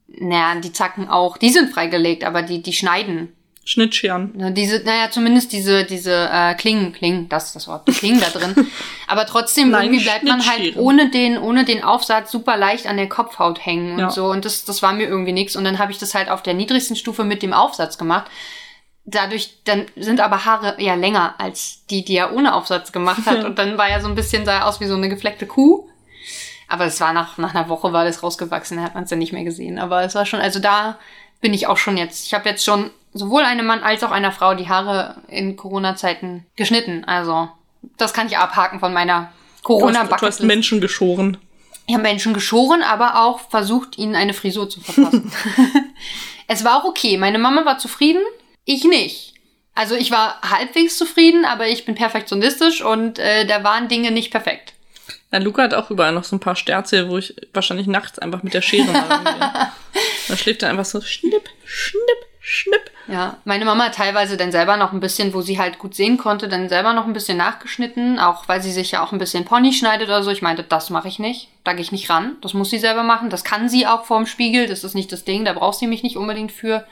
Speaker 2: Naja, die Zacken auch. Die sind freigelegt, aber die, die schneiden.
Speaker 1: Schnittscheren.
Speaker 2: Ne, Diese, naja, zumindest diese, diese äh, Klingen, Klingen, das ist das Wort, die Klingen da
Speaker 1: *laughs*
Speaker 2: drin. Aber trotzdem,
Speaker 1: Nein,
Speaker 2: irgendwie bleibt man halt
Speaker 1: Schnittschere.
Speaker 2: ohne den, ohne den Aufsatz super leicht an der Kopfhaut hängen und
Speaker 1: Ja.
Speaker 2: so. Und das, das war mir irgendwie nichts. Und dann habe ich das halt auf der niedrigsten Stufe mit dem Aufsatz gemacht. Dadurch, dann sind aber Haare ja länger als die, die er ohne Aufsatz
Speaker 1: *laughs*
Speaker 2: gemacht hat. Und dann war er so ein bisschen, sah er aus wie so eine gefleckte Kuh. Aber es war nach, nach einer Woche war das rausgewachsen, hat man es ja nicht mehr gesehen. Aber es war schon, also da bin ich auch schon jetzt. Ich habe jetzt schon sowohl einem Mann als auch einer Frau die Haare in Corona-Zeiten geschnitten. Also das kann ich abhaken von meiner
Speaker 1: Du hast, du hast
Speaker 2: Corona-Bucketlist.
Speaker 1: Menschen geschoren.
Speaker 2: Ich habe Menschen geschoren, aber auch versucht, ihnen eine Frisur zu verpassen. es war auch okay. Meine Mama war zufrieden, ich nicht. Also ich war halbwegs zufrieden, aber ich bin perfektionistisch und äh, da waren Dinge nicht perfekt.
Speaker 1: Ja, Luca hat auch überall noch so ein paar Sterze, wo ich wahrscheinlich nachts einfach mit der Schere mal
Speaker 2: *laughs*
Speaker 1: rangehe. Da schläft er einfach so schnipp, schnipp, schnipp.
Speaker 2: Ja, meine Mama hat teilweise dann selber noch ein bisschen, wo sie halt gut sehen konnte, dann selber noch ein bisschen nachgeschnitten, auch weil sie sich ja auch ein bisschen Pony schneidet oder so. Ich meinte, das mache ich nicht, da gehe ich nicht ran, das muss sie selber machen, das kann sie auch vorm Spiegel, das ist nicht das Ding, da braucht sie mich nicht unbedingt für.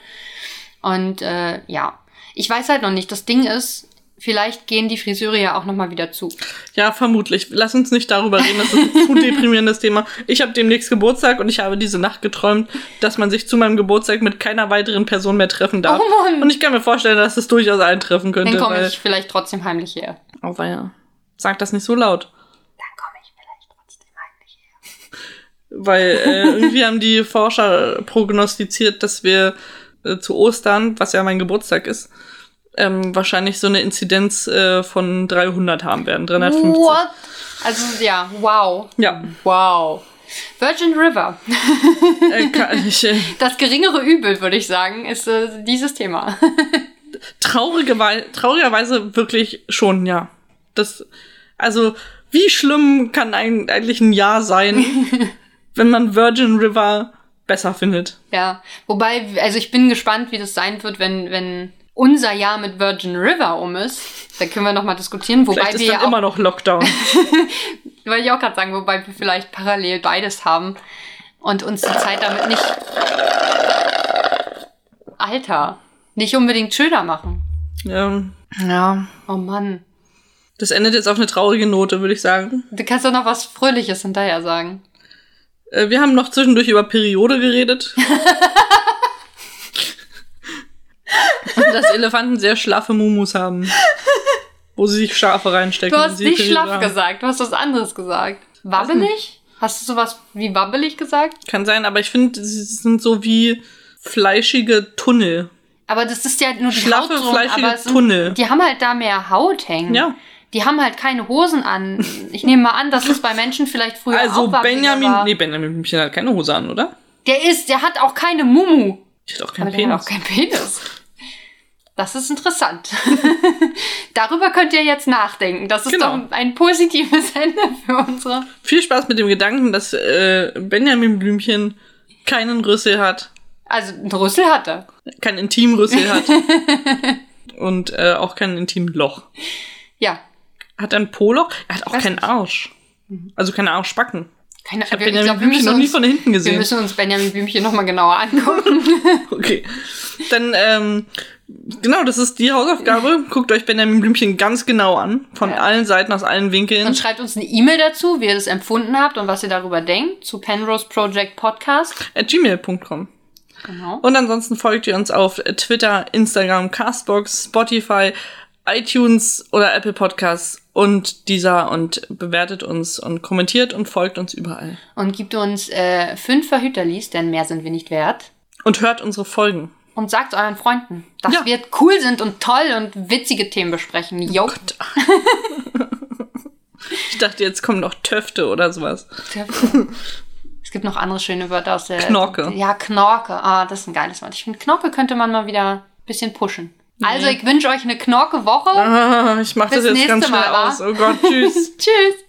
Speaker 2: Und äh, ja, ich weiß halt noch nicht, das Ding ist, vielleicht gehen die Friseure ja auch nochmal wieder zu.
Speaker 1: Ja, vermutlich. Lass uns nicht darüber reden, das ist ein zu deprimierendes Thema. Ich habe demnächst Geburtstag und ich habe diese Nacht geträumt, dass man sich zu meinem Geburtstag mit keiner weiteren Person mehr treffen darf.
Speaker 2: Oh Mann.
Speaker 1: Und ich kann mir vorstellen, dass es durchaus eintreffen könnte.
Speaker 2: Dann komme
Speaker 1: weil,
Speaker 2: ich vielleicht trotzdem heimlich her.
Speaker 1: Oh, weia. Sag das nicht so laut.
Speaker 2: Dann komme ich vielleicht trotzdem heimlich her.
Speaker 1: Weil äh, irgendwie haben die Forscher prognostiziert, dass wir äh, zu Ostern, was ja mein Geburtstag ist, ähm, wahrscheinlich so eine Inzidenz äh, von 300 haben werden. 350.
Speaker 2: What? Also ja, wow.
Speaker 1: Ja,
Speaker 2: Wow. Virgin River.
Speaker 1: äh, kann ich, äh,
Speaker 2: Das geringere Übel, würde ich sagen, ist äh, dieses Thema. *laughs*
Speaker 1: traurige Wei- traurigerweise wirklich schon, ja. Das, also, wie schlimm kann ein, eigentlich ein Jahr sein,
Speaker 2: *laughs*
Speaker 1: wenn man Virgin River besser findet?
Speaker 2: ja. Wobei, also ich bin gespannt, wie das sein wird, wenn, wenn unser Jahr mit Virgin River um ist. Da können wir nochmal diskutieren. Wobei
Speaker 1: Vielleicht ist
Speaker 2: wir ja
Speaker 1: dann
Speaker 2: auch,
Speaker 1: immer noch Lockdown.
Speaker 2: wollte ich auch gerade sagen, wobei wir vielleicht parallel beides haben und uns die Zeit damit nicht. Alter, nicht unbedingt schöner machen.
Speaker 1: ähm, *laughs* ja.
Speaker 2: Oh Mann.
Speaker 1: Das endet jetzt auf eine traurige Note, würde ich sagen.
Speaker 2: Du kannst doch noch was Fröhliches hinterher sagen.
Speaker 1: Äh, Wir haben noch zwischendurch über Periode *laughs* geredet. Und dass Elefanten sehr schlaffe Mumus haben. Wo sie sich Schafe reinstecken.
Speaker 2: Du
Speaker 1: wenn
Speaker 2: hast
Speaker 1: sie
Speaker 2: nicht
Speaker 1: Periode
Speaker 2: schlaff
Speaker 1: haben.
Speaker 2: gesagt, du hast was anderes gesagt. Wabbelig? Hast du sowas wie wabbelig gesagt?
Speaker 1: Kann sein, aber ich finde, sie sind so wie fleischige Tunnel.
Speaker 2: Aber das ist ja nur die
Speaker 1: Schlaffe,
Speaker 2: Haut drum,
Speaker 1: fleischige
Speaker 2: aber es sind,
Speaker 1: Tunnel.
Speaker 2: Die haben halt da mehr Haut hängen.
Speaker 1: Ja.
Speaker 2: Die haben halt keine Hosen an. Ich nehme mal an, dass es bei Menschen vielleicht früher
Speaker 1: Also
Speaker 2: auch war.
Speaker 1: Benjamin,
Speaker 2: war.
Speaker 1: nee, Benjamin Blümchen hat keine Hose an, oder?
Speaker 2: Der ist, der hat auch keine Mumu.
Speaker 1: Die hat auch
Speaker 2: Aber
Speaker 1: keinen
Speaker 2: der hat
Speaker 1: Penis.
Speaker 2: auch keinen Penis. Das ist interessant. *laughs* Darüber könnt ihr jetzt nachdenken. Das ist
Speaker 1: Genau.
Speaker 2: doch ein positives Ende für unsere.
Speaker 1: Viel Spaß mit dem Gedanken, dass äh, Benjamin Blümchen keinen Rüssel hat,
Speaker 2: Also, einen Rüssel hat er.
Speaker 1: keinen
Speaker 2: *laughs*
Speaker 1: Intimrüssel hat und äh, auch kein Intimloch.
Speaker 2: Ja.
Speaker 1: Hat er ein Poloch? Er hat auch
Speaker 2: Weiß
Speaker 1: keinen Arsch. Also keine Arschbacken.
Speaker 2: Keine, ich
Speaker 1: hab Benjamin Blümchen noch nie von hinten gesehen.
Speaker 2: Wir müssen uns Benjamin Blümchen nochmal genauer angucken.
Speaker 1: *laughs* Okay. Dann, ähm, genau, das ist die Hausaufgabe. Guckt euch Benjamin Blümchen ganz genau an. Von
Speaker 2: Ja.
Speaker 1: allen Seiten, aus allen Winkeln.
Speaker 2: Und schreibt uns eine E-Mail dazu, wie ihr das empfunden habt und was ihr darüber denkt, zu Penrose Project Podcast.
Speaker 1: At gmail.com.
Speaker 2: Genau.
Speaker 1: Und ansonsten folgt ihr uns auf Twitter, Instagram, Castbox, Spotify, iTunes oder Apple Podcasts und dieser und bewertet uns und kommentiert und folgt uns überall.
Speaker 2: Und gibt uns äh, fünf Verhüterlis, denn mehr sind wir nicht wert.
Speaker 1: Und hört unsere Folgen.
Speaker 2: Und sagt euren Freunden, dass
Speaker 1: Ja.
Speaker 2: wir cool sind und toll und witzige Themen besprechen. Jo.
Speaker 1: Ich dachte, jetzt kommen noch Töfte oder sowas. *laughs*
Speaker 2: es gibt noch andere schöne Wörter aus der...
Speaker 1: Knorke.
Speaker 2: Ja, Knorke. Ah, das ist ein geiles Wort. Ich finde, Knorke könnte man mal wieder ein bisschen pushen. Also, ich wünsche euch eine Knorke-Woche.
Speaker 1: Ah, ich mach
Speaker 2: Bis
Speaker 1: das jetzt
Speaker 2: nächste
Speaker 1: ganz schnell
Speaker 2: Mal, wa? *laughs*
Speaker 1: aus. Oh Gott, tschüss.
Speaker 2: Tschüss.